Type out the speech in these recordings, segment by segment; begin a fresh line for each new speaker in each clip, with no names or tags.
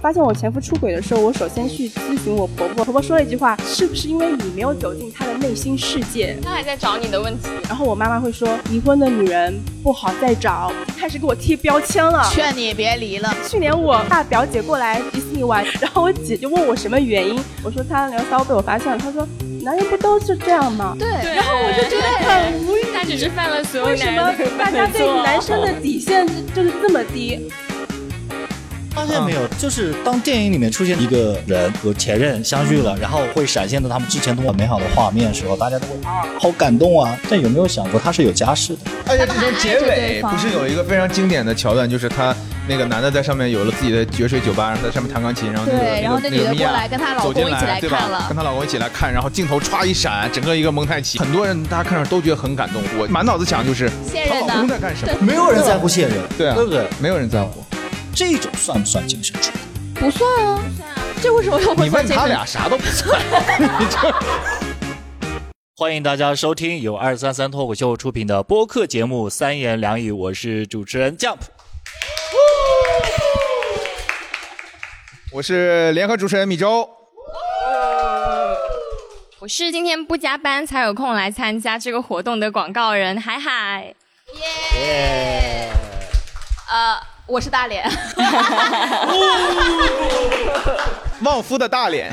发现我前夫出轨的时候，我首先去咨询我婆婆，婆婆说了一句话：“是不是因为你没有走进他的内心世界
他还在找你的问题，？”
然后我妈妈会说：“离婚的女人不好再找。”开始给我贴标签了。
劝你别离了。
去年我大表姐过来迪士尼玩， 然后我姐就问我什么原因，我说她聊骚被我发现了，她说：“男人不都是这样吗？”
对，
然后我就觉得
很
无语，他只是犯了所有
为什
男
么
人的
大家对男生的底线就是这么低？
发现没有，就是当电影里面出现一个人和前任相遇了，然后会闪现到他们之前多么美好的画面的时候，大家都会啊，好感动啊！但有没有想过他是有家室的？
而哎且这种结
他们还爱着对
尾
方
不是有一个非常经典的桥段，就是他那个男的在上面有了自己的爵士酒吧，然后在上面弹钢琴，然后那个
对然后那
那个
女的
个米娅
过来跟她老公
走进
一起来
对吧
看了
跟她老公一起来看，然后镜头歘一闪，整个一个蒙太奇，很多人大家看上都觉得很感动。我满脑子想就是
现
她
任
老
呢
公在干什 么？
没有人在乎现任，
对啊，
对不对？
没有人在乎。
这种算不算精神出轨？
不算啊，这为什么又
你
会
问
算这
他
个？
俩啥都不算，你这
欢迎大家收听由二三三脱口秀出品的播客节目《三言两语》，我是主持人 Jump。
我是联合主持人米粥。
我是今天不加班才有空来参加这个活动的广告人海海。
呃，我是大脸，
哦旺夫的大脸，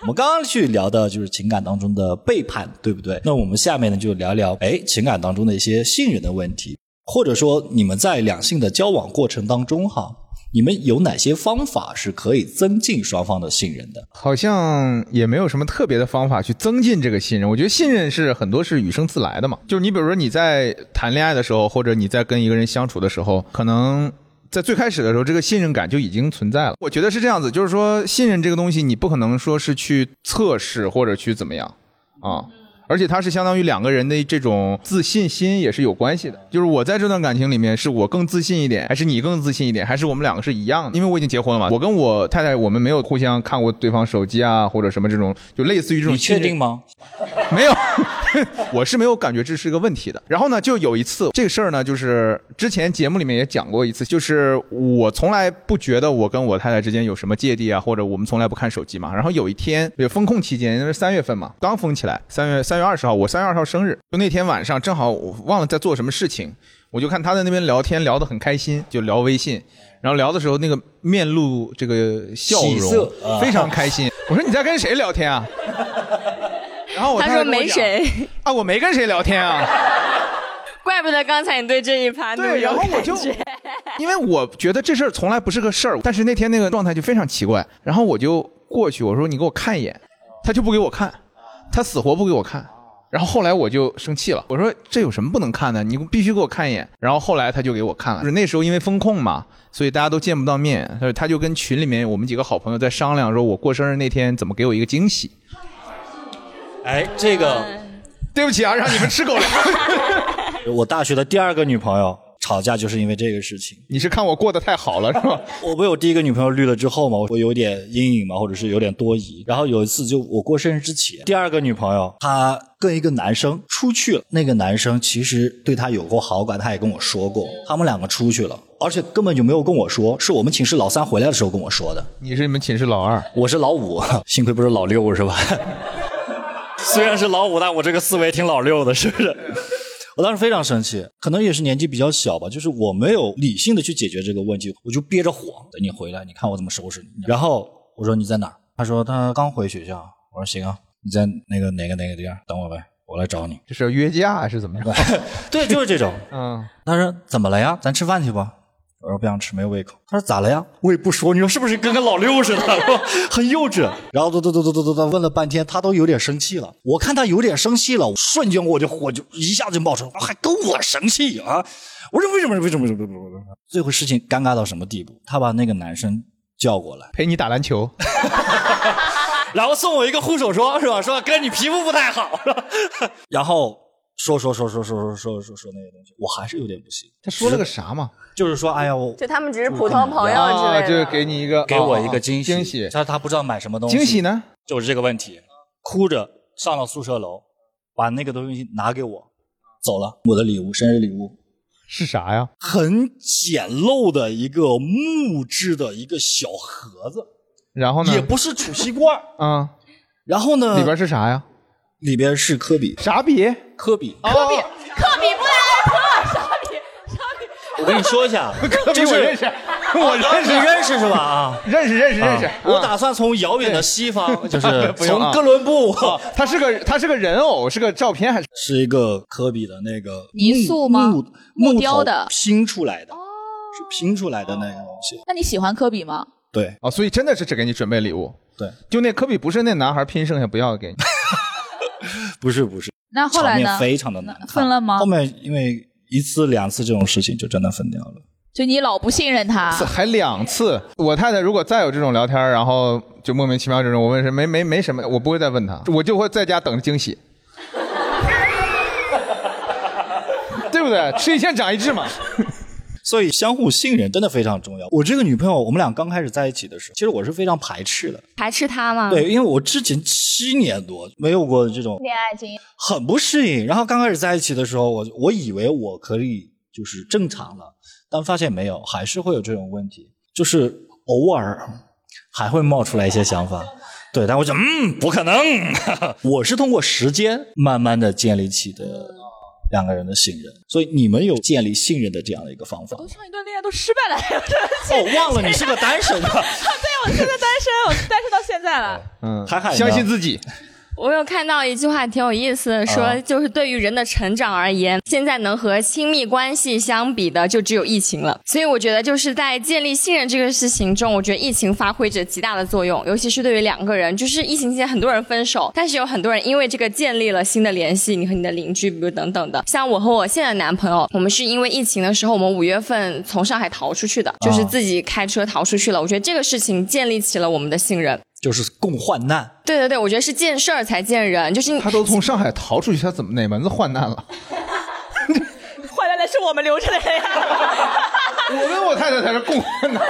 我们刚刚去聊的就是情感当中的背叛，对不对？那我们下面呢就聊聊，哎，情感当中的一些信任的问题，或者说你们在两性的交往过程当中哈，你们有哪些方法是可以增进双方的信任的？
好像也没有什么特别的方法去增进这个信任。我觉得信任是很多是与生自来的嘛，就是你比如说你在谈恋爱的时候，或者你在跟一个人相处的时候，可能。在最开始的时候，这个信任感就已经存在了。我觉得是这样子，就是说，信任这个东西，你不可能说是去测试或者去怎么样啊，而且它是相当于两个人的这种自信心也是有关系的。就是我在这段感情里面，是我更自信一点，还是你更自信一点，还是我们两个是一样的？因为我已经结婚了嘛，我跟我太太我们没有互相看过对方手机啊，或者什么这种，就类似于这种
你
信
确
任。
定吗？
没有， 我是没有感觉这是个问题的。然后呢，就有一次这个事儿呢，就是之前节目里面也讲过一次，就是我从来不觉得我跟我太太之间有什么芥蒂啊，或者我们从来不看手机嘛。然后有一天，有封控期间，因为三月份嘛，刚封起来，三月三月二十号，我三月二十号生日，就那天晚上正好我忘了在做什么事情，我就看他在那边聊天，聊得很开心，就聊微信。然后聊的时候，那个面露这个笑
喜
容
色，啊
非常开心。我说你在跟谁聊天啊？然后我
他
太太
说
跟我
没
讲
谁，
啊，我没跟谁聊 天啊。
怪不得刚啊才你对这一趴那么
对，
有
然后我
感
就
觉。，
因为我觉得这事儿从来不是个事儿，但是那天那个状态就非常奇怪。然后我就过去，我说你给我看一眼，他就不给我看，他死活不给我看。然后后来我就生气了，我说这有什么不能看的？你必须给我看一眼。然后后来他就给我看了，就是那时候因为风控嘛，所以大家都见不到面，但是他就跟群里面我们几个好朋友在商量，说我过生日那天怎么给我一个 惊喜。
哎，这个
对不起啊，让你们吃狗粮。
我大学的第二个女朋友吵架就是因为这个事情。
你是看我过得太好了是吧？
我被我第一个女朋友绿了之后嘛，我有点阴影嘛，或者是有点多疑。然后有一次就我过生日之前，第二个女朋友她跟一个男生出去了，那个男生其实对她有过好感，她也跟我说过，他们两个出去了，而且根本就没有跟我说，是我们寝室老三回来的时候跟我说的。
你是你们寝室老二。
我是老五， 幸亏不是老六，是吧？ 虽然是老五，但我这个思维挺老六的，是不 是？我当时非常生气，可能也是年纪比较小吧，就是我没有理性的去解决这个问题，我就憋着火，等你回来，你看我怎么收拾你。然后我说你在哪儿？他说他刚回学校。我说行啊，你在那个哪个哪个地方等我呗，我来找你。
这是约架啊是怎么着？
对，就是这种。
嗯，
他说怎么了呀？咱吃饭去吧。我说不想吃，没胃口。他说咋了呀？我也不说，你说是不是跟个老六似的，很幼稚。然后嘟嘟嘟嘟嘟嘟嘟问了半天，他都有点生气了。我看他有点生气了，瞬间我就火就一下就冒出来，还跟我生气啊！我说为什么？为什么？为什么？为什么？最后事情尴尬到什么地步？他把那个男生叫过来，
陪你打篮球。
啊然后送我一个护手霜是吧？说哥你皮肤不太好是吧？ 然后说说说说说说说说说那些东西，我还是有点不行。
他说了个啥嘛？
就是说，哎呀，我
就他们只是普通朋友之类的，
啊就是给你一个，
给我一个惊喜，
哦惊喜，
他他不知道买什么东西，
惊喜呢？
就是这个问题，哭着上了宿舍楼，把那个东西拿给我，走了，我的礼物，生日礼物，
是啥呀？
很简陋的一个木质的一个小盒子，
然后呢？
也不是储蓄罐儿。
嗯，
然后呢，
里边是啥
嗯
呀？
里边是科比，
傻哦比？
科比。啊
科比，
科比布莱恩特，傻逼，
我跟你说一下，
科比
就是啊
我认识，我认
你
识，
认识是吧？啊，
认识，认识，认识。
啊我
嗯
打算从遥远的西方，就是
不用啊
从哥伦布，
他是个他是个人偶，是个照片还是？
是一个科比的那个
泥塑吗
木
木
木
雕
头
的哦
拼出来的，是拼出来的那个东西。
那你喜欢科比吗？
对
哦，所以真的是只给你准备礼物。
对，
就那科比不是那男孩拼剩下不要给你，
不是不是，
那后
场
来
面
呢？
非常的难看。
分了吗
后面因为一次两次这种事情就真的分掉了。
就你老不信任
啊
他，
还两次。我太太如果再有这种聊天，然后就莫名其妙这种，我问是没没没什么，我不会再问他，我就会在家等着惊 喜，对不对？吃一堑长一智嘛。
所以相互信任真的非常重要。我这个女朋友，我们俩刚开始在一起的时候，其实我是非常排斥的。
排斥他
嗯
吗？
对，因为我之前七年多没有过这种
恋爱经验
很不适应。然后刚开始在一起的时候，我我以为我可以就是正常了，但发现没有，还是会有这种问题，就是偶尔还会冒出来一些想法。对，但我想，嗯，不可能。 我是通过时间慢慢的建立起的两个人的信任，所以你们有建立信任的这样的一个方法。
我上一段恋爱都失败了，
哦，忘了你是个单身的，
我现在单身，我单身到现在了。
嗯，
海海呢
相信自己，
我有看到一句话挺有意思的，说就是对于人的成长而言，现在能和亲密关系相比的就只有疫情了。所以我觉得就是在建立信任这个事情中，我觉得疫情发挥着极大的作用，尤其是对于两个人，就是疫情期间很多人分手，但是有很多人因为这个建立了新的联系，你和你的邻居，比如等等的。像我和我现在的男朋友，我们是因为疫情的时候，我们五月份从上海逃出去的，就是自己开车逃出去了。我觉得这个事情建立起了我们的信任。
就是共患难。
对对对，我觉得是见事儿才见人，就是你
他都从上海逃出去，他怎么哪门子患难了？
哦
换来的是我们留着的人 呀。
我跟我太太才是共患难，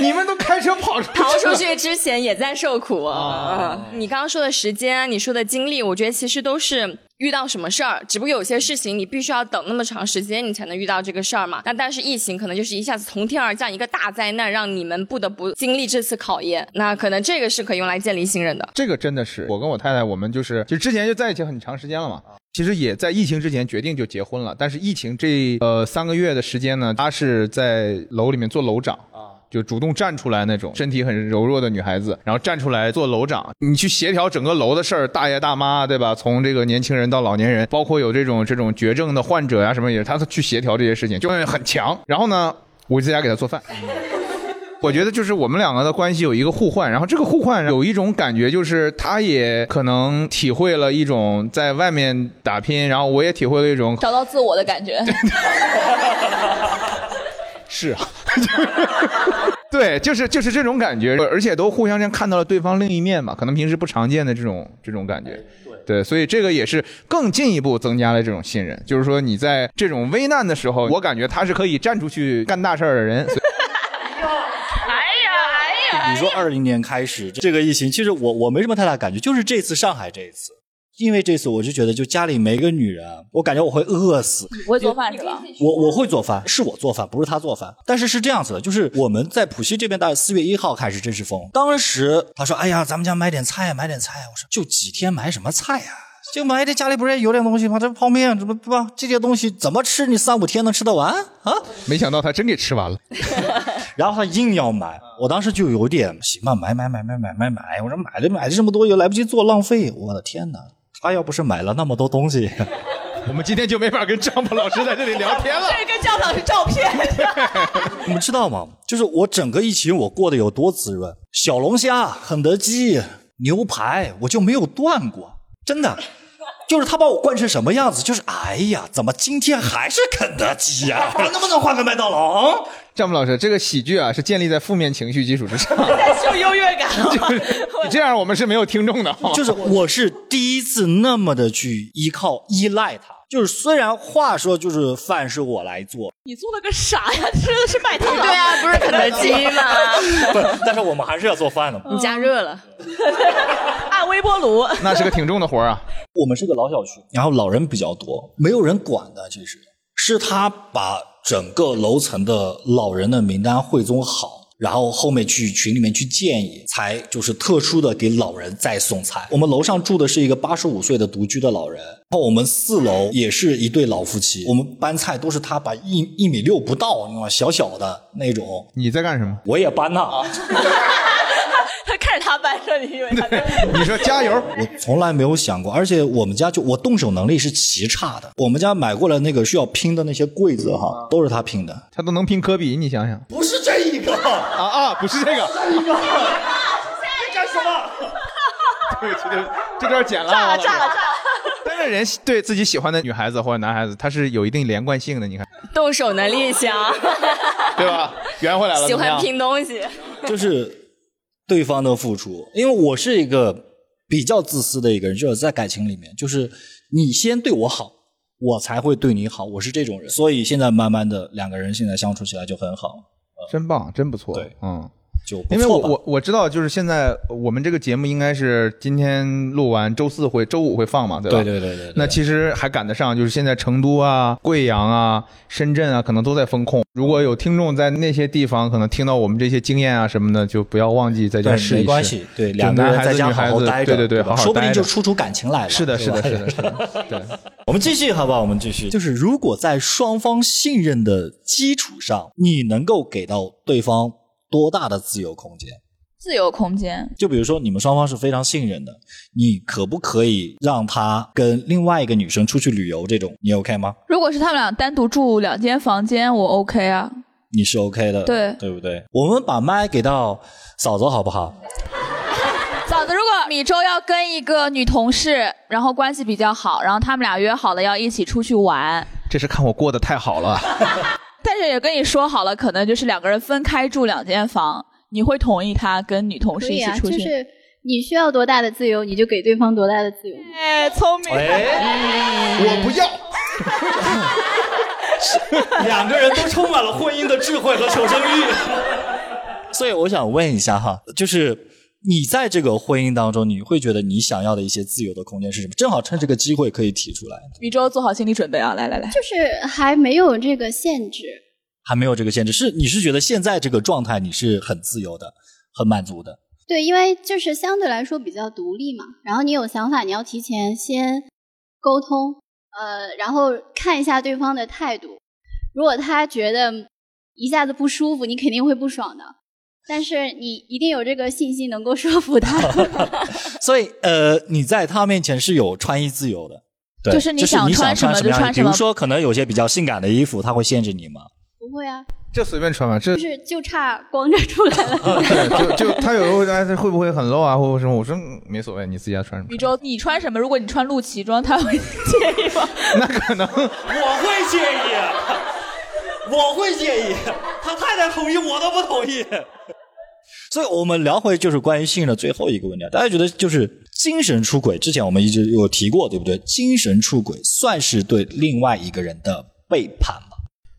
你们都开车跑出去 了
逃出去之前也在受苦啊。你刚刚说的时间，你说的经历，我觉得其实都是。遇到什么事儿，只不过有些事情你必须要等那么长时间，你才能遇到这个事儿嘛。那但是疫情可能就是一下子从天而降一个大灾难，让你们不得不经历这次考验。那可能这个是可以用来建立信任的。
这个真的是我跟我太太，我们就是就之前就在一起很长时间了嘛。其实也在疫情之前决定就结婚了，但是疫情这呃三个月的时间呢，她是在楼里面做楼长啊，就主动站出来那种身体很柔弱的女孩子，然后站出来做楼长，你去协调整个楼的事儿，大爷大妈对吧？从这个年轻人到老年人，包括有这种这种绝症的患者啊呀、什么也是，她去协调这些事情，就很强。然后呢，我就在家给她做饭。我觉得就是我们两个的关系有一个互换，然后这个互换有一种感觉，就是他也可能体会了一种在外面打拼，然后我也体会了一种
找到自我的感觉，
是啊，对，就是就是这种感觉，而且都互相间看到了对方另一面嘛，可能平时不常见的这种这种感觉。对，所以这个也是更进一步增加了这种信任，就是说你在这种危难的时候，我感觉他是可以站出去干大事儿的人。所以
你说二零年开始这个疫情，其实我我没什么太大感觉，就是这次上海这一次，因为这次我就觉得，就家里没个女人，我感觉我会饿死。
嗯
不会做饭是吧？
我我会做饭，是我做饭，不是他做饭。但是是这样子的，就是我们在浦西这边，大概四月一号开始正式封。当时他说：“哎呀，咱们家买点菜，买点菜。”我说：“就几天，买什么菜呀、就买点家里不是有点东西吗？这泡面什么对吧？这些东西怎么吃？你三五天能吃得完啊？”
没想到他真给吃完了。
然后他硬要买，我当时就有点行吧，买买买买买买买，我说买了买了这么多又来不及做，浪费，我的天哪！他要不是买了那么多东西，
我们今天就没法跟张普老师在这里聊天了。
这跟教导是照 片。
你们知道吗？就是我整个疫情我过得有多滋润，小龙虾、肯德基、牛排，我就没有断过，真的。就是他把我惯成什么样子？就是哎呀，怎么今天还是肯德基呀、能不能换个麦当劳？啊
张普老师，这个喜剧啊是建立在负面情绪基础之上，
在秀优越感。
你这样我们是没有听众的。哦好吗
就是我是第一次那么的去依靠依赖他。就是虽然话说就是饭是我来做，
你做了个啥呀？吃的是麦当劳。
对啊，不是肯德基吗？
不，但是我们还是要做饭的嘛。
你加热了，
按微波炉。
那是个挺重的活儿啊，
我们是个老小区，然后老人比较多，没有人管的，其实是他把整个楼层的老人的名单汇总好。然后后面去群里面去建议，才就是特殊的给老人再送餐。我们楼上住的是一个八十五岁的独居的老人，然后我们四楼也是一对老夫妻，我们搬菜都是他把一一米六不到，你知道吗？小小的那种，啊
你在干什么？
我也搬呐、
他看着他搬说你以为他在
你说加油，
我从来没有想过，而且我们家就我动手能力是极差的。我们家买过来那个需要拼的那些柜子哈，都是他拼的。
他都能拼科比，你想想
啊不是这一个，
啊啊，不是这个，
干什么？
对不起，对不起，这段剪了，
炸
啊
了炸了炸了！
但是人对自己喜欢的女孩子或者男孩子，他是有一定连贯性的， 你看，
动手能力强，
对吧？圆回来 了，
喜
怎么
欢
样？
拼东西。
就是对方的付出，因为我是一个比较自私的一个人，就是在感情里面，就是你先对我好。我才会对你好，我是这种人，所以现在慢慢的两个人现在相处起来就很好，
真棒，真不错。
对，
嗯，
就不
因为我
错吧。
我我知道，就是现在我们这个节目应该是今天录完，周四会，周五会放嘛，对吧？
对对对对对
那其实还赶得上，就是现在成都啊、贵阳啊、深圳啊，可能都在封控。如果有听众在那些地方，可能听到我们这些经验啊什么的，就不要忘记在
对
家试一试。
没关系，对
就
两个
男
人
孩
在
子
家
女
好
孩
好
子
待着，
对对对，
吧
好好
说不
待
定
着
就 出出感情来了。
是的，
对
是
吧
的，是的，是的， 对。
我们继续，好不好？我们继续，就是如果在双方信任的基础上，你能够给到对方多大的自由空间？
自由空间，
就比如说你们双方是非常信任的，你可不可以让他跟另外一个女生出去旅游？这种你 OK 吗？
如果是他们俩单独住两间房间，我 OK 啊。
你是 OK 的，
对
对不对？我们把麦给到嫂子好不好？
嫂子，如果米粥要跟一个女同事，然后关系比较好，然后他们俩约好了要一起出去玩，
这是看我过得太好 了，
但是也跟你说好了，可能就是两个人分开住两间房，你会同意他跟女同
可
事
以
一
啊，
起出
就
去？
是你需要多大的自由，你就给对方多大的自由。
哎，聪明，
我不要。
两个人都充满了婚姻的智慧和求生欲。 所以我想问一下哈，就是你在这个婚姻当中，你会觉得你想要的一些自由的空间是什么？正好趁这个机会可以提出来，
米粥做好心理准备啊！来来来，
就是还没有这个限制，
还没有这个限制，是你是觉得现在这个状态你是很自由的，很满足的。
对，因为就是相对来说比较独立嘛。然后你有想法，你要提前先沟通，呃，然后看一下对方的态度。如果他觉得一下子不舒服，你肯定会不爽的。但是你一定有这个信心能够说 服他。
所以呃，你在他面前是有穿衣自由的。对，
就是你
你
想
穿
穿什么
么
就
样
穿
的比
什
如
么
说，可能有些比较性感的衣服，他会限制你吗？
不会啊，
这随便穿吧， 这
就是就差光着出来 了。
对，就就他有时候会哎，这会不会很 low 啊，或者什么？我说嗯没所谓，你自己爱穿什么
米。粥，你穿什么？如果你穿露脐装，他会介 意吗？
那可能
我会介意，啊我会介意。他太太同意，我都不同意。所以我们聊回就是关于信任的最后一个问题，啊，大家觉得就是精神出轨，之前我们一直有提过，对不对？精神出轨算是对另外一个人的背叛吗？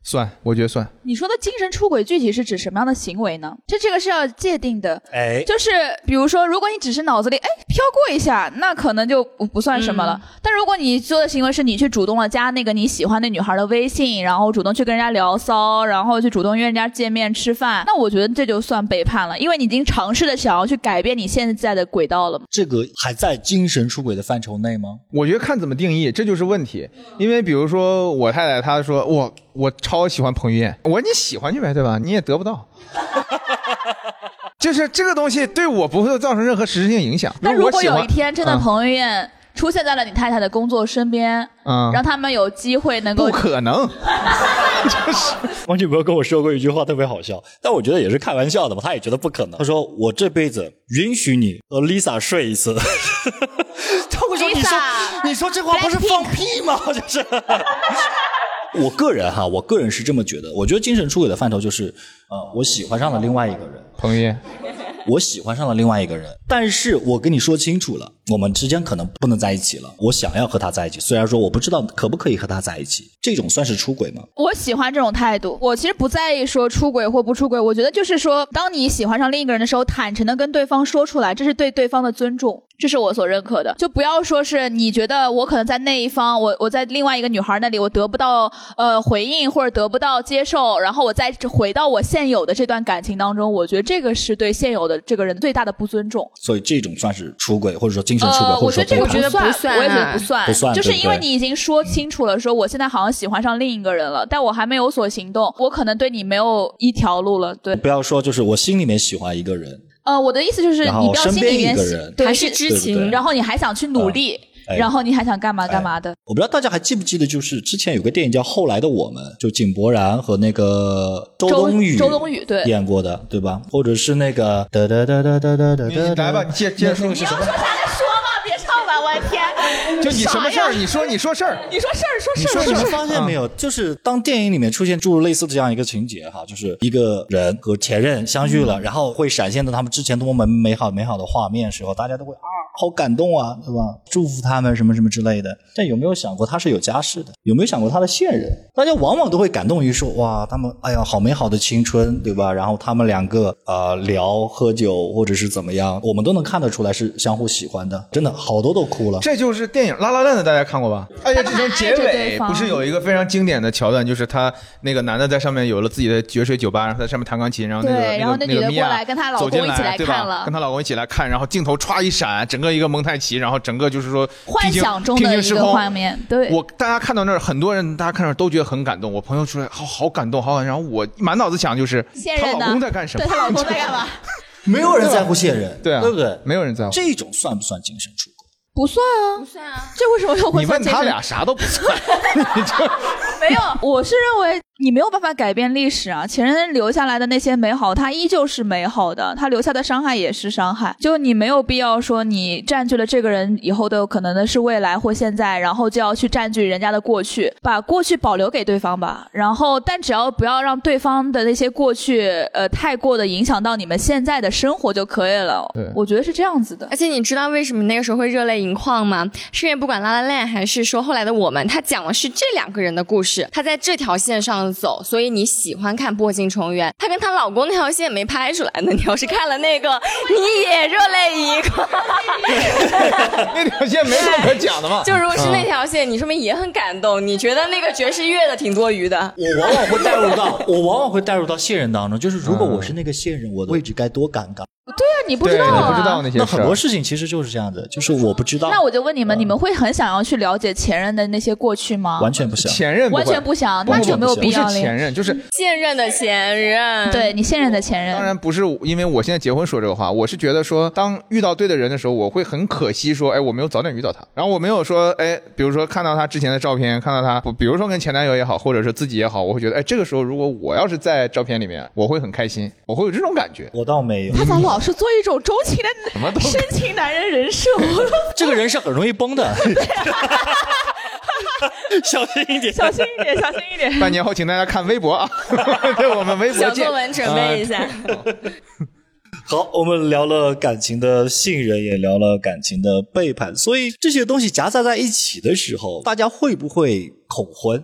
算，我觉得算。
你说的精神出轨具体是指什么样的行为呢？这这个是要界定的。
哎，
就是比如说，如果你只是脑子里哎飘过一下，那可能就不不算什么了。
嗯
但如果你做的行为是你去主动了加那个你喜欢的女孩的微信，然后主动去跟人家聊骚，然后去主动约人家见面吃饭，那我觉得这就算背叛了，因为你已经尝试的想要去改变你现在的轨道了。
这个还在精神出轨的范畴内吗？
我觉得看怎么定义，这就是问题。因为比如说我太太，她说我我超喜欢彭于晏，我说你喜欢去呗，对吧？你也得不到。 就是这个东西对我不会造成任何实质性影响。
但
如
如
我
果
喜欢
有一天真的
嗯
彭于晏出现在了你太太的工作身边，
嗯
让他们有机会能够
不可能，
王俊博跟我说过一句话特别好笑，但我觉得也是开玩笑的吧，他也觉得不可能。他说：“我这辈子允许你和 Lisa 睡一次。”他会说：“你说
Lisa，
你说这话不是放屁吗？”就是。 我个人哈，我个人是这么觉得。我觉得精神出轨的范畴就是，呃，我喜欢上了另外一个人，
彭于晏
我喜欢上了另外一个人，但是我跟你说清楚了，我们之间可能不能在一起了。我想要和他在一起，虽然说我不知道可不可以和他在一起，这种算是出轨吗？
我喜欢这种态度，我其实不在意说出轨或不出轨，我觉得就是说，当你喜欢上另一个人的时候，坦诚的跟对方说出来，这是对对方的尊重，这是我所认可的。就不要说是你觉得我可能在那一方，我我在另外一个女孩那里，我得不到呃回应或者得不到接受，然后我再回到我现有的这段感情当中，我觉得这个是对现有的这个人最大的不尊重。
所以这种算是出轨，或者说精神出轨，
呃，
或
我
者
觉
说
得这个
不谈
觉得不
算，
算
我也觉得
啊
不算，
不算
就是
对不
因为
对
你已经说清楚了，说我现在好像喜欢上另一个人了，但我还没有所行动，我可能对你没有一条路了。对，
不要说就是我心里面喜欢一个人，
呃，我的意思就是
然
你
后
不要
身
心
边
里
一
面
个
喜
人
对
还是知
对不
情
对，
然后你还想去努力，
哎
然后你还想干嘛干嘛的。
我不知道大家还记不记得，就是之前有个电影叫《后来的我们》，就井柏然和那个周
周
冬雨
周冬雨对
演过的，对吧？或者是那个哒哒哒哒哒哒哒
你你
哒，
来吧，你接接着说个事情。
啥就说嘛，别唱吧，我的天！
就你什么事儿？你说你说事儿。
你说事儿，说
你
事
说
儿，
你
事
们
儿。
发现没有？就是当电影里面出现诸如类似的这样一个情节哈，就是一个人和前任相遇了，然后会闪现到他们之前多么美好美好的画面时候，大家都会啊，好感动啊，对吧？祝福他们什么什么之类的。但有没有想过他是有家室的？有没有想过他的现任？大家往往都会感动于说哇，他们哎呀，好美好的青春，对吧？然后他们两个呃聊喝酒或者是怎么样，我们都能看得出来是相互喜欢的。真的，好多都哭了。
这就是电影《拉拉烂》的，大家看过吧？而哎且这种结
他们还爱着
尾
对方
不是有一个非常经典的桥段，就是他那个男的在上面有了自己的爵士酒吧，然后在上面弹钢琴，然后那个
对然后
那
那
个个
女的
米娅
过来跟她老
走
公
进
一起来
对吧
看了
跟她老公一起来看，然后镜头歘一闪，整个一个蒙太奇，然后整个就是说
幻想中
平
的
行
一
时
个
空
画面，对，
我大家看到那儿，很多人大家看到都觉得很感动。我朋友出来，好好感动，好感动。然后我满脑子想就是
现
她
任
老
呢？
公在干什么？
对她老公在干嘛？
没有人在乎现任，
对啊，
对不对？
没有人在乎。
这种算不算精神出轨？
不算啊，不算啊，这为什么又会
你
算
问
精
他
神
俩啥都不算， 你这
没有，我是认为你没有办法改变历史啊，前人留下来的那些美好，它依旧是美好的，它留下的伤害也是伤害。就你没有必要说你占据了这个人以后的可能的是未来或现在，然后就要去占据人家的过去，把过去保留给对方吧。然后，但只要不要让对方的那些过去，呃，太过的影响到你们现在的生活就可以了
对。
我觉得是这样子的
而。且你知道为什么那个时候会热泪盈眶吗？是因为不管《拉拉链》还是说后来的我们，它讲的是这两个人的故事，他在这条线上走，所以你喜欢看《破镜重圆》，她跟她老公那条线没拍出来呢。你要是看了那个，你也热泪盈眶。
那条线没什么可讲的 嘛。
就如果是
嗯
那条线，你说明也很感动。你觉得那个爵士乐的挺多余的？
我往往会带入到，我往往会带入到现任当中。就是如果我是那个现任，我嗯的位置该多尴尬。
那你不
对，
知道
你
啊？
不知道那些
那
事
很多
儿。
事情其实就是这样的，就是我不知道，
那我就问你们，你们会很想要去了解前任的那些过去吗？
完全不想。
前任
完
会
全不想，
完
那嗯
全
就没有
不
不
必
是
要了。
前任，就是
现任的前任，，
对你现任的前任，
当然不是因为我现在结婚说这个话，我是觉得说，当遇到对的人的时候，我会很可惜说，哎，我没有早点遇到他，然后我没有说，哎，比如说看到他之前的照片，看到他，比如说跟前男友也好，或者是自己也好，我会觉得，哎，这个时候如果我要是在照片里面，我会很开心，我会有这种感 觉。
我倒没有，
他咋老是做一种钟情的深情男人人设？我都
这个人是很容易崩 的。小心一点。
小心一点，小心一点。
半年后，请大家看微 博啊， 对我们微博
小
见
作文准
呃
备一下。
好，我们聊了感情的信任，也聊了感情的背叛，所以这些东西夹杂在一起的时候，大家会不会恐婚？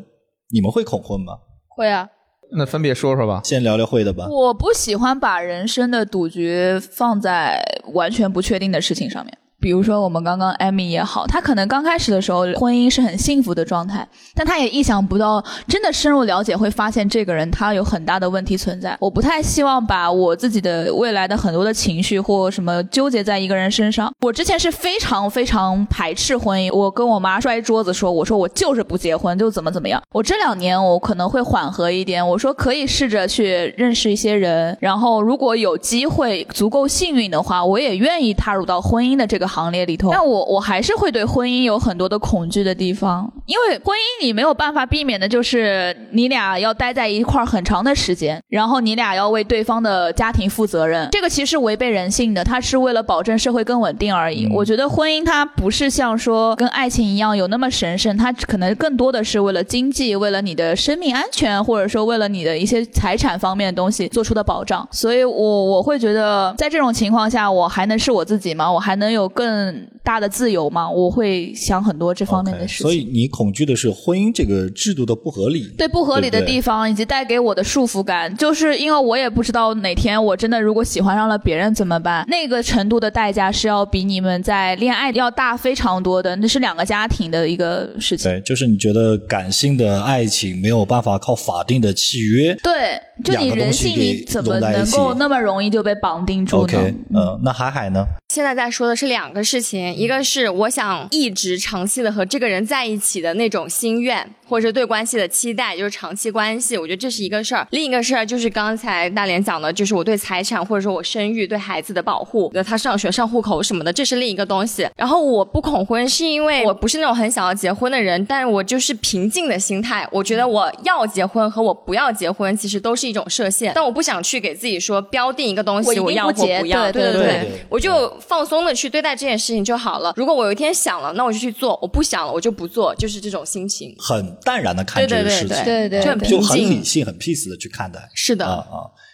你们会恐婚吗？
会啊，
那分别说说吧。
先聊聊会的吧。
我不喜欢把人生的赌局放在完全不确定的事情上面。比如说，我们刚刚艾米也好，她可能刚开始的时候婚姻是很幸福的状态，但她也意想不到，真的深入了解会发现这个人他有很大的问题存在。我不太希望把我自己的未来的很多的情绪或什么纠结在一个人身上。我之前是非常非常排斥婚姻，我跟我妈摔桌子说，我说我就是不结婚，就怎么怎么样。我这两年我可能会缓和一点，我说可以试着去认识一些人，然后如果有机会足够幸运的话，我也愿意踏入到婚姻的这个个行列里头。但我我还是会对婚姻有很多的恐惧的地方，因为婚姻你没有办法避免的就是你俩要待在一块儿很长的时间，然后你俩要为对方的家庭负责任，这个其实是违背人性的，它是为了保证社会更稳定而
嗯
已。我觉得婚姻它不是像说跟爱情一样有那么神圣，它可能更多的是为了经济，为了你的生命安全，或者说为了你的一些财产方面的东西做出的保障。所以我，我会觉得，在这种情况下，我还能是我自己吗？我还能有更大的自由吗？我会想很多这方面的
OK，
事
哦
情。
所以你恐惧的是婚姻这个制度的不合理，
对不合理的
对不对
地方，以及带给我的束缚感，就是因为我也不知道哪天我真的如果喜欢上了别人怎么办，那个程度的代价是要比你们在恋爱要大非常多的，那是两个家庭的一个事情。
对，就是你觉得感性的爱情没有办法靠法定的契约。
对，就你
两个东
人
西
性，你怎么
给弄在一
能
起
够那么容易就被绑定住呢
OK，呃，那海海呢？
现在在说的是两个事情，一个是我想一直长期的和这个人在一起的那种心愿，或者是对关系的期待，就是长期关系，我觉得这是一个事儿。另一个事儿就是刚才大连讲的，就是我对财产或者说我生育对孩子的保护，对他上学、上户口什么的，这是另一个东西。然后我不恐婚，是因为我不是那种很想要结婚的人，但我就是平静的心态。我觉得我要结婚和我不要结婚，其实都是一种设限，但我不想去给自己说标定一个东
我一
西，
定
我要
不
或不
结
要。
对
对
对
对
对，
我就放松的去对待这件事情就好了。如果我有一天想了，那我就去做；我不想了，我就不做，就是这种心情。
很淡然的看
对
这
对
个
对
事情，
对对
就很
对
就
平
很理
静。
性、很 peace 的去看待。
是
啊
的，
啊，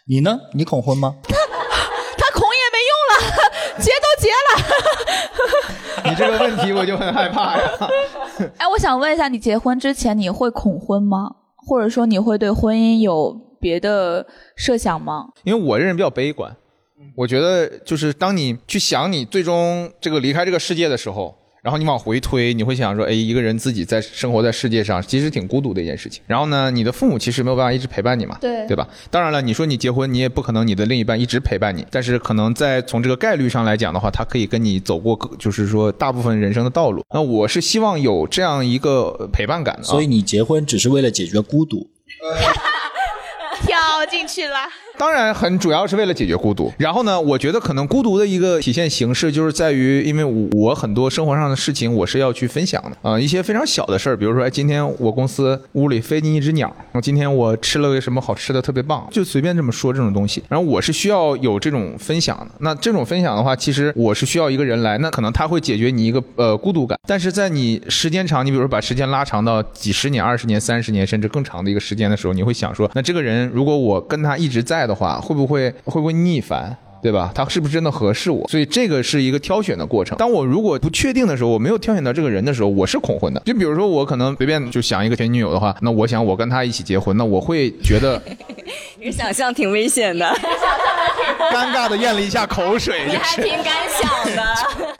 你呢？你恐婚吗？
他恐也没用了， 结都结了。
你这个问题我就很害怕呀。
哎，我想问一下，你结婚之前你会恐婚吗？或者说你会对婚姻有别的设想吗？
因为我这人比较悲观，我觉得就是当你去想你最终这个离开这个世界的时候，然后你往回推，你会想说，哎，一个人自己在生活在世界上，其实挺孤独的一件事情。然后呢，你的父母其实没有办法一直陪伴你嘛，
对
对吧？当然了，你说你结婚，你也不可能你的另一半一直陪伴你，但是可能在从这个概率上来讲的话，他可以跟你走过各，就是说大部分人生的道路。那我是希望有这样一个呃陪伴感的、啊，
所以你结婚只是为了解决孤独，
跳进去了。
当然，很主要是为了解决孤独。然后呢，我觉得可能孤独的一个体现形式就是在于，因为我我很多生活上的事情我是要去分享的，呃，一些非常小的事儿，比如说，哎，今天我公司屋里飞进一只鸟，今天我吃了个什么好吃的，特别棒，就随便这么说这种东西。然后我是需要有这种分享的。那这种分享的话，其实我是需要一个人来，那可能他会解决你一个呃孤独感，但是在你时间长，你比如说把时间拉长到几十年、二十年、三十年，甚至更长的一个时间的时候，你会想说，那这个人如果我跟他一直在的话，会不会会不会逆反？对吧？他是不是真的合适我？所以这个是一个挑选的过程。当我如果不确定的时候，我没有挑选到这个人的时候，我是恐婚的。就比如说，我可能随便就想一个前女友的话，那我想我跟她一起结婚，那我会觉得
你想象挺危险的，
尴尬的咽了一下口水，就
你还
是。
挺敢想 的。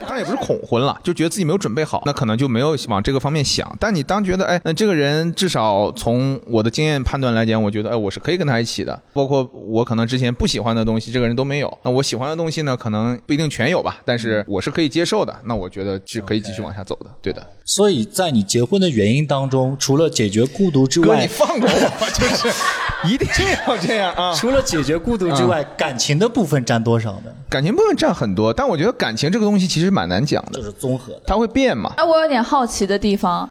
当然也不是恐婚了，就觉得自己没有准备好，那可能就没有往这个方面想。但你当觉得，哎，那这个人至少从我的经验判断来讲，我觉得，哎，我是可以跟他一起的。包括我可能之前不喜欢的东西，这个人都没有。那我喜欢的东西呢，可能不一定全有吧，但是我是可以接受的。那我觉得是可以继续往下走的，对的。
所以在你结婚的原因当中，除了解决孤独之
哥，你
外，
放过我，就是 一定要这样啊！
除了解决孤独之外，感情的部分占多少呢？
感情部分占很多，但我觉得感情这个东西其实蛮难讲的
就，是综合的。
它会变嘛。
哎，我有点好奇的地方，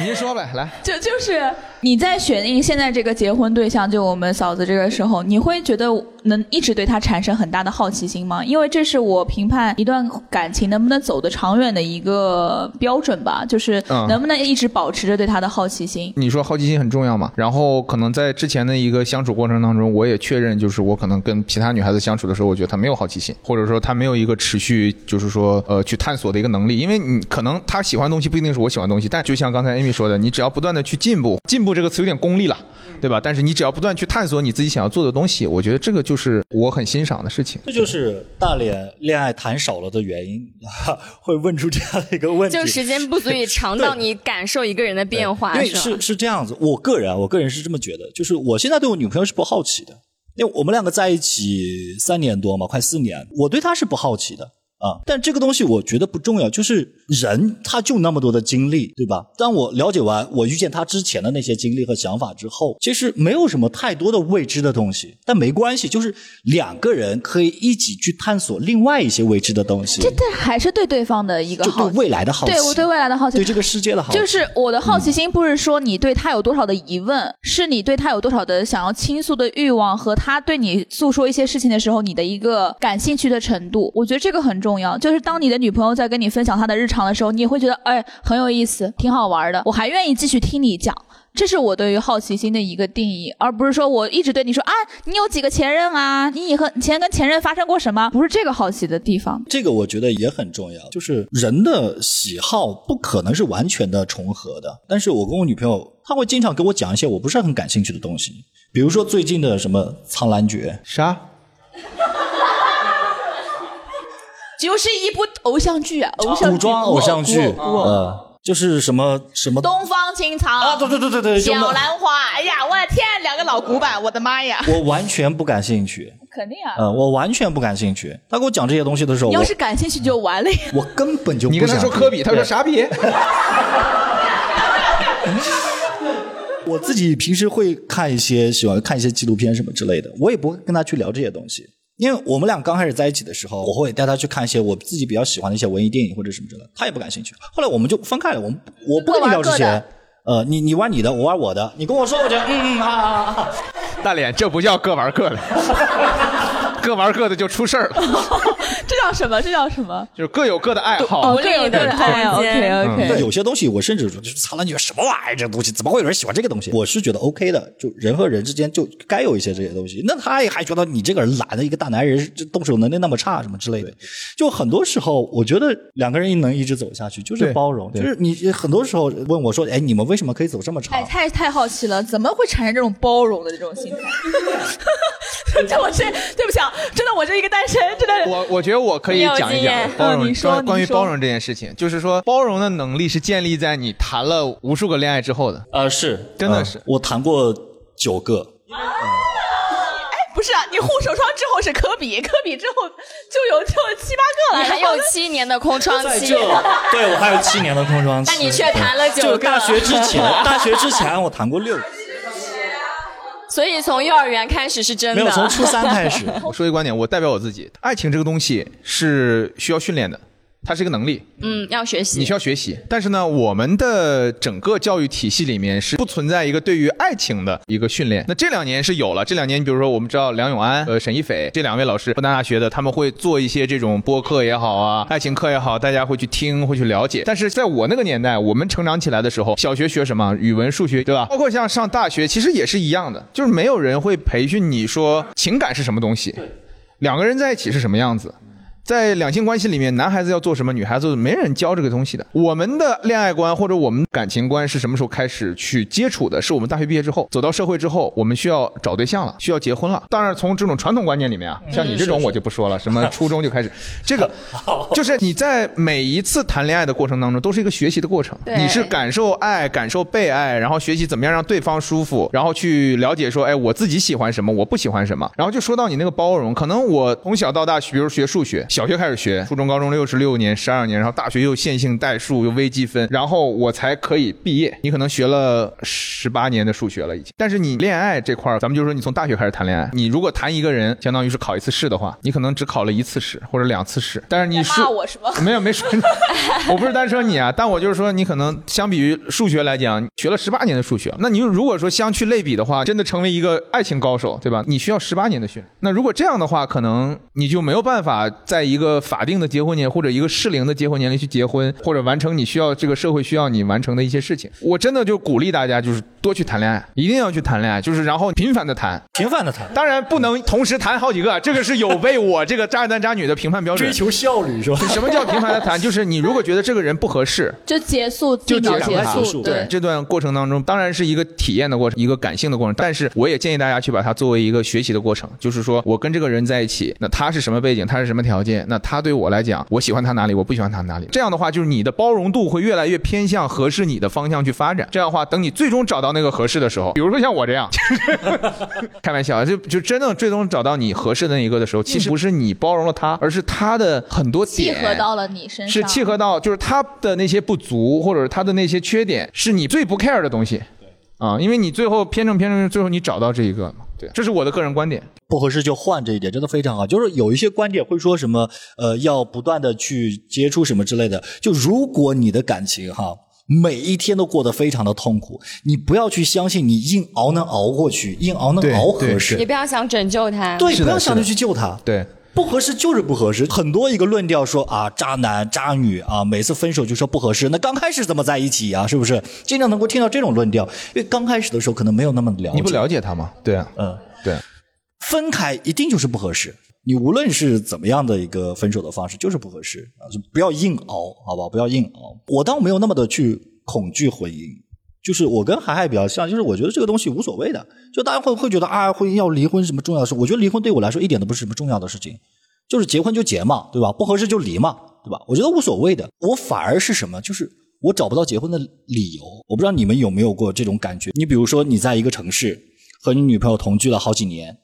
您说呗，来。
就就是你在选定现在这个结婚对象，就我们嫂子这个时候，你会觉得能一直对她产生很大的好奇心吗？因为这是我评判一段感情能不能走得长远的一个标准吧，就是
嗯
能不能一直保持着对她的好奇心。
你说好奇心很重要嘛？然后可能在之前的一个相处过程当中，我也确认，就是我可能跟其他女孩子相处的时候，我觉得她没有好奇心，或者说她没有一个持续，就是说呃去探索的一个能力。因为你可能她喜欢的东西不一定是我喜欢的东西，但就像刚才 Amy 说的，你只要不断的去进步，进步这个词有点功利了，对吧？但是你只要不断去探索你自己想要做的东西，我觉得这个就是我很欣赏的事情。
这就是大脸恋爱谈少了的原因， 会问出这样的一个问题。
就时间不足以长到你感受一个人的变化，
因为
吧？
是是这样子，我个人啊我个人是这么觉得，就是我现在对我女朋友是不好奇的，因为我们两个在一起三年多嘛，快四年，我对她是不好奇的。啊。但这个东西我觉得不重要，就是人他就那么多的经历，对吧？当我了解完我遇见他之前的那些经历和想法之后，其实没有什么太多的未知的东西，但没关系，就是两个人可以一起去探索另外一些未知的东西，
这
就
但还是对对方的一个
对
好奇，
未来的好奇，
对我对未来的好奇
对。这个世界的好奇，
就是我的好奇心，不是说你对他有多少的疑问，是你对他有多少的想要倾诉的欲望，和他对你诉说一些事情的时候，你的一个感兴趣的程度。我觉得这个很重要。就是当你的女朋友在跟你分享她的日常的时候，你也会觉得，哎，很有意思，挺好玩的，我还愿意继续听你讲。这是我对于好奇心的一个定义，而不是说我一直对你说啊，你有几个前任啊？你以后以前跟前任发生过什么？不是这个好奇的地方。
这个我觉得也很重要，就是人的喜好不可能是完全的重合的。但是我跟我女朋友，她会经常给我讲一些我不是很感兴趣的东西，比如说最近的什么苍兰诀，
啥？
就是一部偶像剧啊，偶像
古装偶像剧，呃，就是什么什么
东方青藏
啊，对对对对对，就
小
那
兰花，哎呀，我的天，两个老古板，我的妈呀！
我完全不感兴趣，
肯定啊，
呃，我完全不感兴趣。她给我讲这些东西的时候，
你
我
要是感兴趣就完了呀。
我根本就不
你跟他
想
说
听
科比，他说？啥比？
对我自己平时会看一些喜欢看一些纪录片什么之类的，我也不会跟她去聊这些东西。因为我们俩刚开始在一起的时候，我会带她去看一些我自己比较喜欢的一些文艺电影或者什么之类的，她也不感兴趣。后来我们就分开了，我们我不跟你聊这
各玩
些，呃，你你玩你的，我玩我的，你跟我说，我觉得嗯嗯啊啊啊啊，
大脸，这不叫各玩各的，各玩各的就出事儿了，
这叫什么？这叫什么？
就是各有各的爱好。嗯
我这有
的空间
OK
那
OK，
有些东西我甚至说，就是苍兰诀什么玩意儿，这东西怎么会有人喜欢这个东西？我是觉得 OK 的，就人和人之间就该有一些这些东西。那他也还觉得你这个人懒的一个大男人，这动手能力那么差什么之类的。就很多时候，我觉得两个人能一直走下去，就是
对
包容，就
对
是你很多时候问我说，哎，你们为什么可以走这么
哎，
长？
太太好奇了，怎么会产生这种包容的这种心态？ 这我是对不起啊，真的我这一个单身，真的
我我觉得我可以讲一讲包容
嗯你说
关关于
你说
包容这件事情，就是说包容的能力是建立在你谈了无数个恋爱之后的。
呃，是，
真的是
我谈过九个，
不是啊你护手霜之后是科比，科比之后就有就有七八个
你
了，
还
然后
有七年的空窗期，
对我还有七年的空窗期，
但你却谈了九
就
个
大学之 前，大学之前我谈过六个，
所以从幼儿园开始是真
没
的。
有从初三 开始。
我说一个观点，我代表我自己，爱情这个东西是需要训练的，它是一个能力。
嗯，要学
你
习
需。要学习。但是呢，我们的整个教育体系里面是不存在一个对于爱情的一个训练。那这两年是有了，这两年比如说我们知道梁永安、呃沈一斐这两位老师，复旦大学的，他们会做一些这种播客也好啊，爱情课也好，大家会去听，会去了解。但是在我那个年代，我们成长起来的时候，小学学什么？语文、数学，对吧？包括像上大学，其实也是一样的，就是没有人会培训你说情感是什么东西，两个人在一起是什么样子。在两性关系里面，男孩子要做什么，女孩子没人教这个东西的。我们的恋爱观或者我们感情观是什么时候开始去接触的？是我们大学毕业之后，走到社会之后，我们需要找对象了，需要结婚了。当然，从这种传统观念里面啊，像你这种我就不说了，什么初中就开始，这个就是你在每一次谈恋爱的过程当中，都是一个学习的过程。
对
你是感受爱，感受被爱，然后学习怎么样让对方舒服，然后去了解说，哎，我自己喜欢什么，我不喜欢什么。然后就说到你那个包容，可能我从小到大，比如学数学，小学开始学，初中、高中六十六年、十二年，然后大学又线性代数，又微积分，然后我才可以毕业。你可能学了十八年的数学了已经，但是你恋爱这块儿，咱们就说你从大学开始谈恋爱，你如果谈一个人，相当于是考一次试的话，你可能只考了一次试或者两次试，但是你数
骂我是吗？
没有没说你，我不是单说你啊，但我就是说你可能相比于数学来讲，学了十八年的数学，那你如果说相去类比的话，真的成为一个爱情高手，对吧？你需要十八年的训练。那如果这样的话，可能你就没有办法在一个法定的结婚年或者一个适龄的结婚年龄去结婚，或者完成你需要这个社会需要你完成的一些事情。我真的就鼓励大家，就是多去谈恋爱，一定要去谈恋爱，就是然后频繁的谈，
频繁的谈，
当然不能同时谈好几个，这个是有悖我这个渣男渣女的评判标准。
求效率是吧？
什么叫频繁的谈？ 就是你如果觉得这个人不合适，
就结束，
就
尽早
结束
结
它
束，
对这段过程当中，当然是一个体验的过程，一个感性的过程，但是我也建议大家去把它作为一个学习的过程，就是说我跟这个人在一起，那他是什么背景，他是什么条件，那他对我来讲，我喜欢他哪里，我不喜欢他哪里。这样的话，就是你的包容度会越来越偏向合适你的方向去发展。这样的话，等你最终找到那个合适的 时候，比如说像我这样， 开玩笑啊，就就真的最终找到你合适的那一个的时候，其实不是你包容了他，而是他的很多
契
点
合到了你身上，
是契合到，就是他的那些不足，或者是他的那些缺点，是你最不 care 的东西。啊，因为你最后偏正偏正，最后你找到这一个嘛，对，这是我的个人观点。
不合适就换这一点真的非常好。就是有一些观点会说什么，呃，要不断的去接触什么之类的。就如果你的感情哈，每一天都过得非常的痛苦，你不要去相信你硬熬能熬过去，硬熬能
对
熬合适
也。不要想拯救他。
对，
是的
不要想着
是的
去救他。
对，
不合适就是不合适，很多一个论调说啊，渣男渣女啊，每次分手就说不合适，那刚开始怎么在一起啊？是不是经常能够听到这种论调？因为刚开始的时候可能没有那么了解，
你不了解他吗？对啊，
嗯，
对，
分开一定就是不合适。你无论是怎么样的一个分手的方式，就是不合适啊，就不要硬熬，好吧？不要硬熬。我倒没有那么的去恐惧婚姻，就是我跟海海比较像，就是我觉得这个东西无所谓的，就大家会会觉得啊，婚姻要离婚是什么重要的事？我觉得离婚对我来说一点都不是什么重要的事情，就是结婚就结嘛，对吧？不合适就离嘛，对吧？我觉得无所谓的。我反而是什么？就是我找不到结婚的理由。我不知道你们有没有过这种感觉？你比如说，你在一个城市和你女朋友同居了好几年，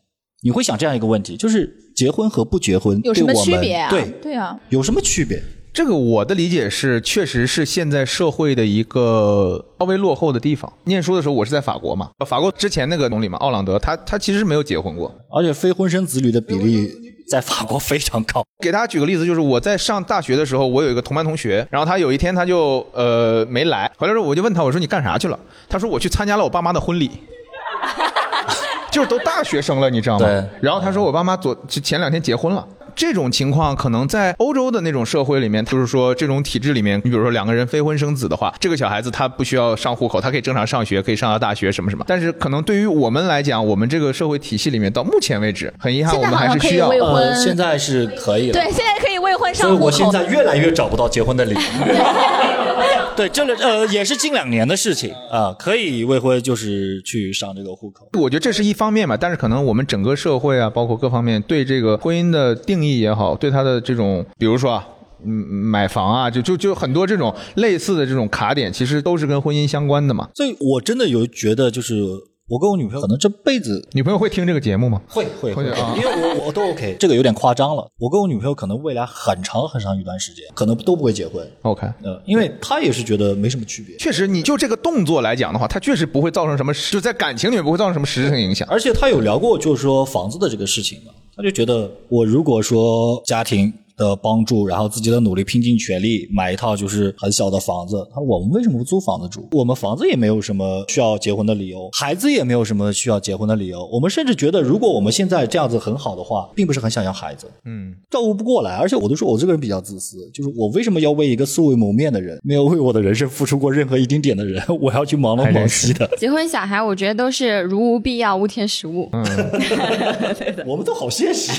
你会想这样一个问题：就是结婚和不结婚
有什么
对我
区
们
别啊？
对，
对啊，
有什么区别？
这个我的理解是，确实是现在社会的一个稍微落后的地方。念书的时候，我是在法国嘛，法国之前那个总理嘛，奥朗德，他他其实没有结婚过。
而且非婚生子女的比例在法国非常高。
给大家举个例子，就是我在上大学的时候，我有一个同班同学，然后他有一天他就呃没来，回来之后我就问他，我说你干啥去了？他说我去参加了我爸妈的婚礼。 就是都大学生了，你知道吗
对？
然后他说我爸妈昨前两天结婚了。这种情况可能在欧洲的那种社会里面，就是说这种体制里面，你比如说两个人非婚生子的话，这个小孩子他不需要上户口，他可以正常上学，可以上到大学什么什么。但是可能对于我们来讲，我们这个社会体系里面，到目前为止，很遗憾，
现
我
在
们
好
还是
像可
需
以
要
未婚
呃，，现在是可以了。
对，现在可以未婚
所以
上户
我现
口。
在越来越找不到结婚 的理由。对，这个呃也是近两年的事情啊、可以未婚就是去上这个户口。
我觉得这是一方面吧，但是可能我们整个社会啊，包括各方面对这个婚姻的定义也好，对它的这种，比如说啊。嗯，买房啊，就就就很多这种类似的这种卡点，其实都是跟婚姻相关的嘛。
所以我真的有觉得，就是我跟我女朋友可能这辈子
女朋友会听这个节目吗？
会会
会
会，
啊
因为我我都 OK，这个有点夸张了。我跟我女朋友可能未来很长很长一段时间，可能都不会结婚。
？OK，
呃，因为她也是觉得没什么区别，
确实，你就这个动作来讲的话，它确实不会造成什么，就在感情里面不会造成什么实质性影响。
而且她有聊过，就是说房子的这个事情嘛，她就觉得我如果说家庭。的帮助，然后自己的努力，拼尽全力买一套就是很小的房子。她说我们为什么不租房子住？我们房子也没有什么需要结婚的理由，孩子也没有什么需要结婚的理由。我们甚至觉得，如果我们现在这样子很好的话，并不是很想要孩子。
嗯，
照顾不过来，而且我都说我这个人比较自私，就是我为什么要为一个素未谋面的人，没有为我的人生付出过任何一丁点的人，我要去忙东忙西的？
结婚小孩，我觉得都是如无必要，无添食物。
嗯我们都好现实。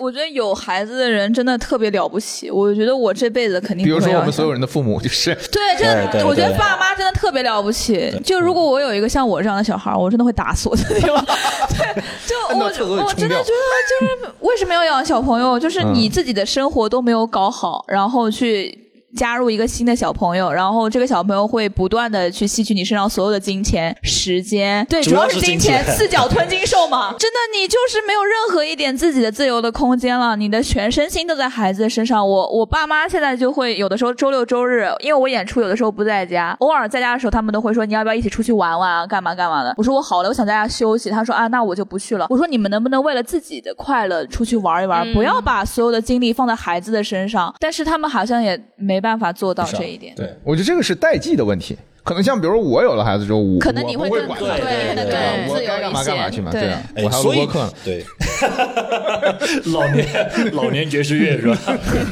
我觉得有孩子的人真的特别了不起，我觉得我这辈子肯定
比
不会啊
如说我
要
们所有人的父母，就是
对，真的，
对对
我觉得
对嗯
爸妈真的特别了不起。就如果我有一个像我这样的小孩儿，我真的会打死我的那种。 对， 就
摁到厕所里
我我
冲
真的
掉
觉得，就是为什么要养小朋友？就是
嗯
你自己的生活都没有搞好，然后去。加入一个新的小朋友，然后这个小朋友会不断的去吸取你身上所有的金钱、时间，对，
主
主
要
要
是
是
金
金钱
钱，
四脚吞金兽嘛。真的，你就是没有任何一点自己的自由的空间了，你的全身心都在孩子的身上。我我爸妈现在就会有的时候周六周日，因为我演出有的时候不在家，偶尔在家的时候，他们都会说你要不要一起出去玩玩啊，干嘛干嘛的。我说我好了，我想在家休息。他说啊，那我就不去了。我说你们能不能为了自己的快乐出去玩一玩，
嗯
不要把所有的精力放在孩子的身上？但是他们好像也没办法做到
是啊
这一点。
对，我觉得这个是代际的问题。可能像比如说我有了孩子之后，我
可能你
我
会
不会
更
管他
对可能
对啊
更
我
自由
该干嘛
一
干嘛
些
去嘛，
对
对啊，
哎
我还有
所以
播客呢。
对， 老年老年爵士乐是吧？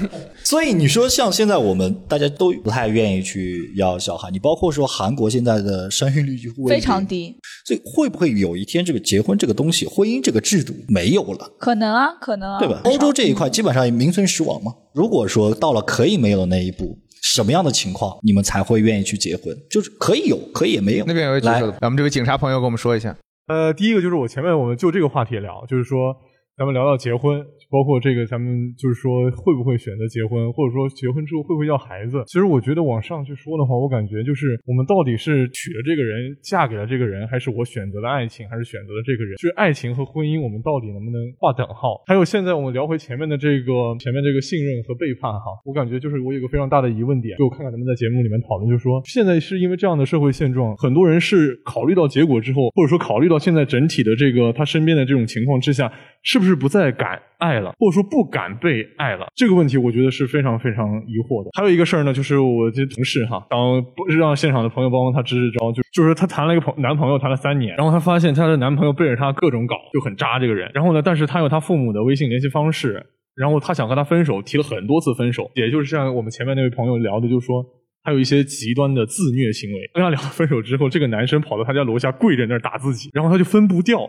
所以你说像现在我们大家都不太愿意去要小孩，你包括说韩国现在的生育率几乎为
非常
零，
低，
所以会不会有一天这个结婚这个东西，婚姻这个制度没有了？
可能啊，可能啊，
对吧？欧
很少
洲这一块基本上也名存实亡嘛。如果说到了可以没有的那一步，什么样的情况你们才会愿意去结婚？就是可以有，可以也没有。
那边有位举
来
手的，我们这位警察朋友跟我们说一下。
呃，第一个就是我前面我们就这个话题聊，就是说，咱们聊到结婚，包括这个，咱们就是说会不会选择结婚，或者说结婚之后会不会要孩子？其实我觉得往上去说的话，我感觉就是我们到底是娶了这个人，嫁给了这个人，还是我选择了爱情，还是选择了这个人？就是爱情和婚姻，我们到底能不能划等号？还有现在我们聊回前面的这个前面这个信任和背叛哈，我感觉就是我有一个非常大的疑问点，就我看看咱们在节目里面讨论，就是说现在是因为这样的社会现状，很多人是考虑到结果之后，或者说考虑到现在整体的这个他身边的这种情况之下，是不是不再敢爱了，或者说不敢被爱了？这个问题我觉得是非常非常疑惑的。还有一个事儿呢，就是我这同事哈，然后不让现场的朋友帮帮他支支招，就就是她谈了一个朋男朋友，谈了三年，然后她发现她的男朋友背着她各种搞，就很渣这个人。然后呢，但是她有她父母的微信联系方式，然后她想和他分手，提了很多次分手，也就是像我们前面那位朋友聊的，就是说还有一些极端的自虐行为。跟他聊了分手之后，这个男生跑到他家楼下跪着那儿打自己，然后他就分不掉，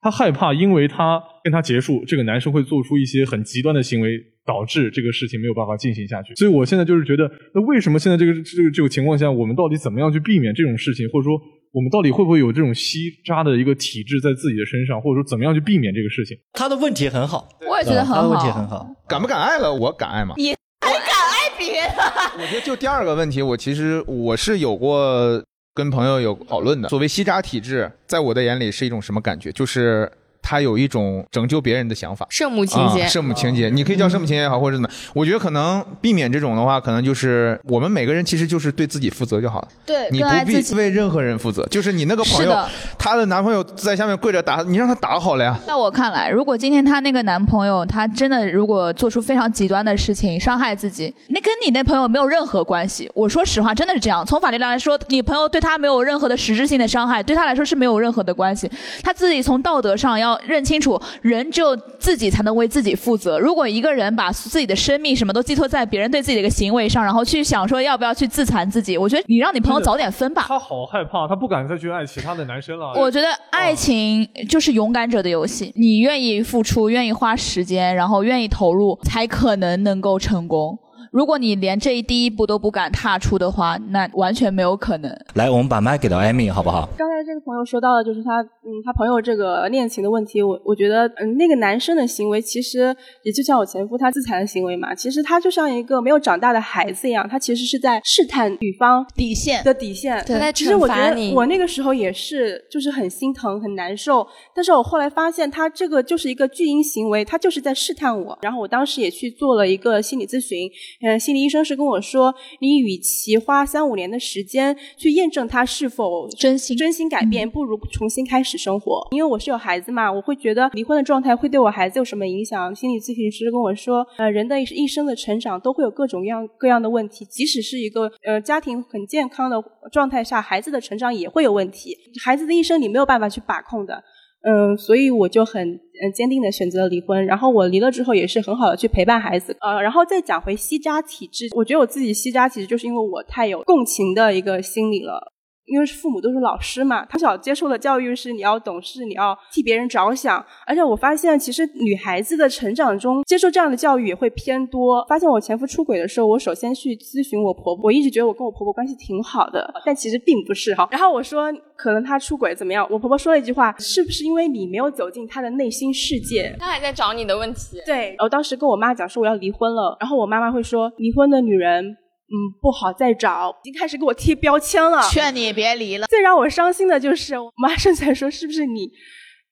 他害怕，因为他跟他结束，这个男生会做出一些很极端的行为，导致这个事情没有办法进行下去。所以我现在就是觉得，那为什么现在这个这个这个情况下，我们到底怎么样去避免这种事情，或者说我们到底会不会有这种吸渣的一个体质在自己的身上，或者说怎么样去避免这个事情？
他的问题很好，嗯
我也觉得很
他的问题
好。
很好。
敢不敢爱了？我敢爱嘛。
你还敢爱别人？
我觉得就第二个问题，我其实我是有过跟朋友有讨论的。所谓吸渣体质，在我的眼里是一种什么感觉？就是他有一种拯救别人的想法。
圣母情节
嗯
啊、，圣母情节，你可以叫圣母情节也好，或者怎么，我觉得可能避免这种的话，可能就是我们每个人其实就是对自己负责就好了。
对，
你
更
不
爱自
必
己。
为任何人负责，就是你那个朋
是
友
的，
她的男朋友在下面跪着打，你让他打好了呀。
在我看来，如果今天她那个男朋友，他真的如果做出非常极端的事情，伤害自己，那跟你那朋友没有任何关系。我说实话，真的是这样。从法律上来说，你朋友对他没有任何的实质性的伤害，对他来说是没有任何的关系。他自己从道德上要认清楚，人只有自己才能为自己负责。如果一个人把自己的生命什么都寄托在别人对自己的一个行为上，然后去想说要不要去自残自己，我觉得你让你朋友早点分吧。
他好害怕，他不敢再去爱其他的男生了。
我觉得
哦
爱情就是勇敢者的游戏，你愿意付出，愿意花时间，然后愿意投入，才可能能够成功。如果你连这一第一步都不敢踏出的话，那完全没有可 能。
来，我们把麦给到艾米，好不好？
刚才这个朋友说到的，就是他，嗯，他朋友这个恋情的问题，我我觉得，嗯，那个男生的行为其实也就像我前夫他自残的行为嘛，其实他就像一个没有长大的孩子一样，他其实是在试探女方
底线
的底线。
他在
其实我
惩
觉
罚
得
你。
我那个时候也是，就是很心疼很难受，但是我后来发现他这个就是一个巨婴行为，他就是在试探我。然后我当时也去做了一个心理咨询，嗯、心理医生是跟我说，你与其花三五年的时间去验证他是否
真心嗯
真心改变，不如重新开始生活。因为我是有孩子嘛，我会觉得离婚的状态会对我孩子有什么影响。心理咨询师跟我说，呃，人的一一生的成长都会有各种各样各样的问题，即使是一个呃家庭很健康的状态下，孩子的成长也会有问题。孩子的一生你没有办法去把控的。嗯，所以我就很嗯坚定的选择了离婚。然后我离了之后，也是很好的去陪伴孩子。呃，然后再讲回吸渣体质，我觉得我自己吸渣体质，就是因为我太有共情的一个心理了。因为父母都是老师嘛，从小接受的教育是你要懂事，你要替别人着想。而且我发现，其实女孩子的成长中接受这样的教育也会偏多。发现我前夫出轨的时候，我首先去咨询我婆婆，我一直觉得我跟我婆婆关系挺好的，但其实并不是哈。然后我说可能他出轨怎么样，我婆婆说了一句话：是不是因为你没有走进他的内心世界？
他还在找你的问题，
对，我当时跟我妈讲说我要离婚了，然后我妈妈会说离婚的女人，嗯，不好再找，已经开始给我贴标签了。
劝你别离了。
最让我伤心的就是，我妈甚至还说是不是你，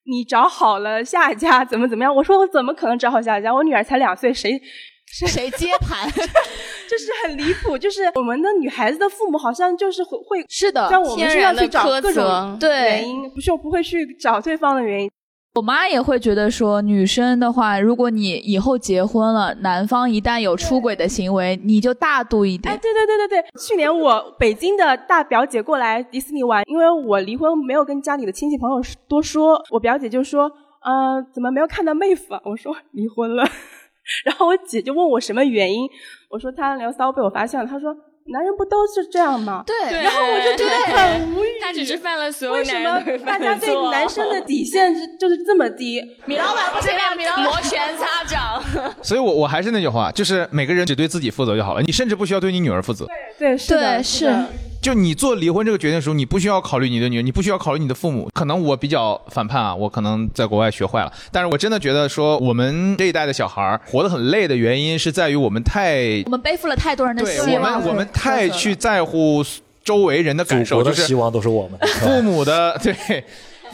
你找好了下家怎么怎么样？我说我怎么可能找好下家？我女儿才两岁，谁
谁接盘？
就是很离谱，就是我们的女孩子的父母好像就是会会
是的
在我们
天
身
然
上
的
去找
苛
各种
责。
原因，不是我不会去找对方的原因。
我妈也会觉得说，女生的话，如果你以后结婚了，男方一旦有出轨的行为，你就大度一
哎，
点。
对对对对对，去年我北京的大表姐过来迪士尼玩，因为我离婚没有跟家里的亲戚朋友多说，我表姐就说，呃，怎么没有看到妹夫啊？我说离婚了， 然后我姐就问我什么原因，我说她聊骚被我发现了，她说男人不都是这样吗？
对
然后我就觉得很无语，
他只是犯了所
为
有
什
男
么
人都会
大
犯
家
的
对
错。
男生的底线是就是这么低？
米老板不行了，米老板
摩拳擦掌，
所以我我还是那句话，就是每个人只对自己负责就好了，你甚至不需要对你女儿负责。
对，是的，
对
是的
是
就你做离婚这个决定的时候，你不需要考虑你的女儿，你不需要考虑你的父母。可能我比较反叛啊，我可能在国外学坏了，但是我真的觉得说，我们这一代的小孩儿活得很累的原因是在于我们太
我们背负了太多人的
对
希
我
望
们我们太去在乎周围人的感
祖
受，
国的
就是
希望都是我 们
父母的对。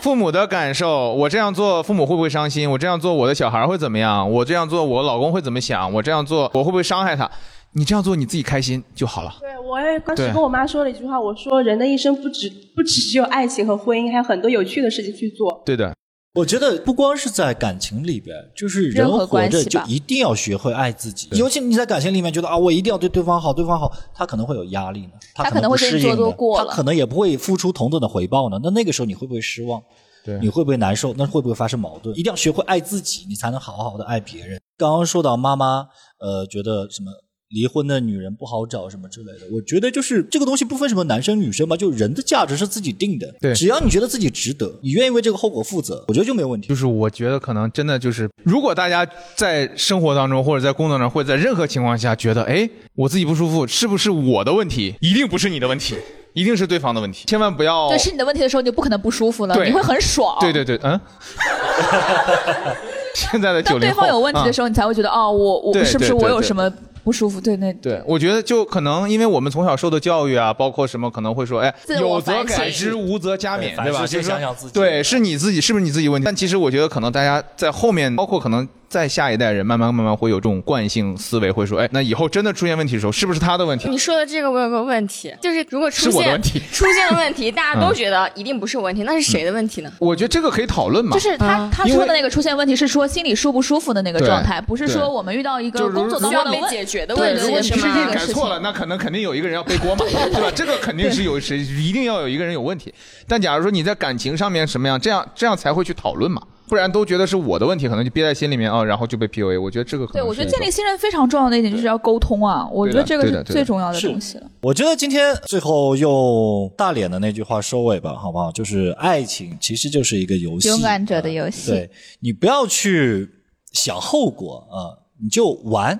父母的感受，我这样做，父母会不会伤心？我这样做，我的小孩会怎么样？我这样做，我老公会怎么想？我这样做，我会不会伤害他？你这样做，你自己开心就好了。
对，我也当时
对
跟我妈说了一句话，我说人的一生不止不只只有爱情和婚姻，还有很多有趣的事情去做。
对的，
我觉得不光是在感情里边，就是人
任何
活
关
着
系
就
吧
一定要学会爱自己。尤其你在感情里面觉得啊，我一定要对对方好，对方好，他可能会有压力呢，
他
可
可能
不
会对
适
你
应
做
的
多过了
他可能也不会付出同等的回报呢。那那个时候你会不会失望？
对
你会不会难受？那会不会发生矛盾？一定要学会爱自己，你才能好好的爱别人。刚刚说到妈妈，呃，觉得什么离婚的女人不好找什么之类的，我觉得就是这个东西不分什么男生女生吧，就人的价值是自己定的。
对
只要你觉得自己值得，你愿意为这个后果负责，我觉得就没有问题。
就是我觉得可能真的就是，如果大家在生活当中或者在工作上，或者在任何情况下觉得，哎，我自己不舒服，是不是我的问题？一定不是你的问题，一定是对方的问题，千万不要。
对是你的问题的时候，你就不可能不舒服了，
对
你会很爽。
对对对， 嗯。现在的九零
当对
后，
方有问题的时
候。
候，你才会觉得哦，我我
对
是不
对
是我
对
有
对
什么不舒服？对，那
对，我觉得就可能因为我们从小受的教育啊，包括什么可能会说，哎，
自我
有则
反省
改之，无则加勉，
对
对吧？
凡事先
就是说
想想自己
对，是你自己是不是你自己问题？但其实我觉得可能大家在后面，包括可能在下一代人，慢慢慢慢会有这种惯性思维，会说，哎，那以后真的出现问题的时候，是不是他的问题
你？说的这个，我有个问题，就是如果出
是我的
现
问题嗯
出现了问题，大家都觉得一定不是我问题，那是谁的问题呢？
我觉得这个可以讨论嘛，
就是他他
啊因为
说的那个出现问题是说心里舒不舒服的那个
对
状态，不是
对
说我们遇到一个
就是如
工作当
需要
中的
被
问
解决的
对
问
对
题
对
是
是这
吗
个？
改错了，那可能肯定有一个人要背锅 嘛，对吧？这个肯定是有谁，一定要有一个人有问题。但假如说你在感情上面什么样，这样这样才会去讨论嘛，不然都觉得是我的问题，可能就憋在心里面啊、然后就被 PUA。我觉得这个可能
对，我觉得
是一
建
个
立信任非常重要的一点就是要沟通啊，我觉得
对的
这个
对的
是
对的
最重要的
是
东西了。
我觉得今天最后用大脸的那句话收尾吧，好不好？就是爱情其实就是一个游戏，啊
勇敢者的游戏
对你不要去想后果啊、你就玩，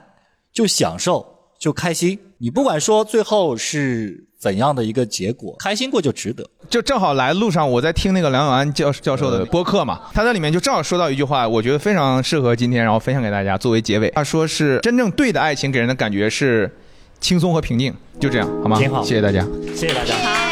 就享受，就开心。你不管说最后是怎样的一个结果，开心过就值得。
就正好来路上，我在听那个梁永安教教授的播客嘛，他在里面就正好说到一句话，我觉得非常适合今天，然后分享给大家作为结尾。他说是真正对的爱情给人的感觉是轻松和平静，就这样，好吗？
挺好
谢谢大家。
谢谢大家。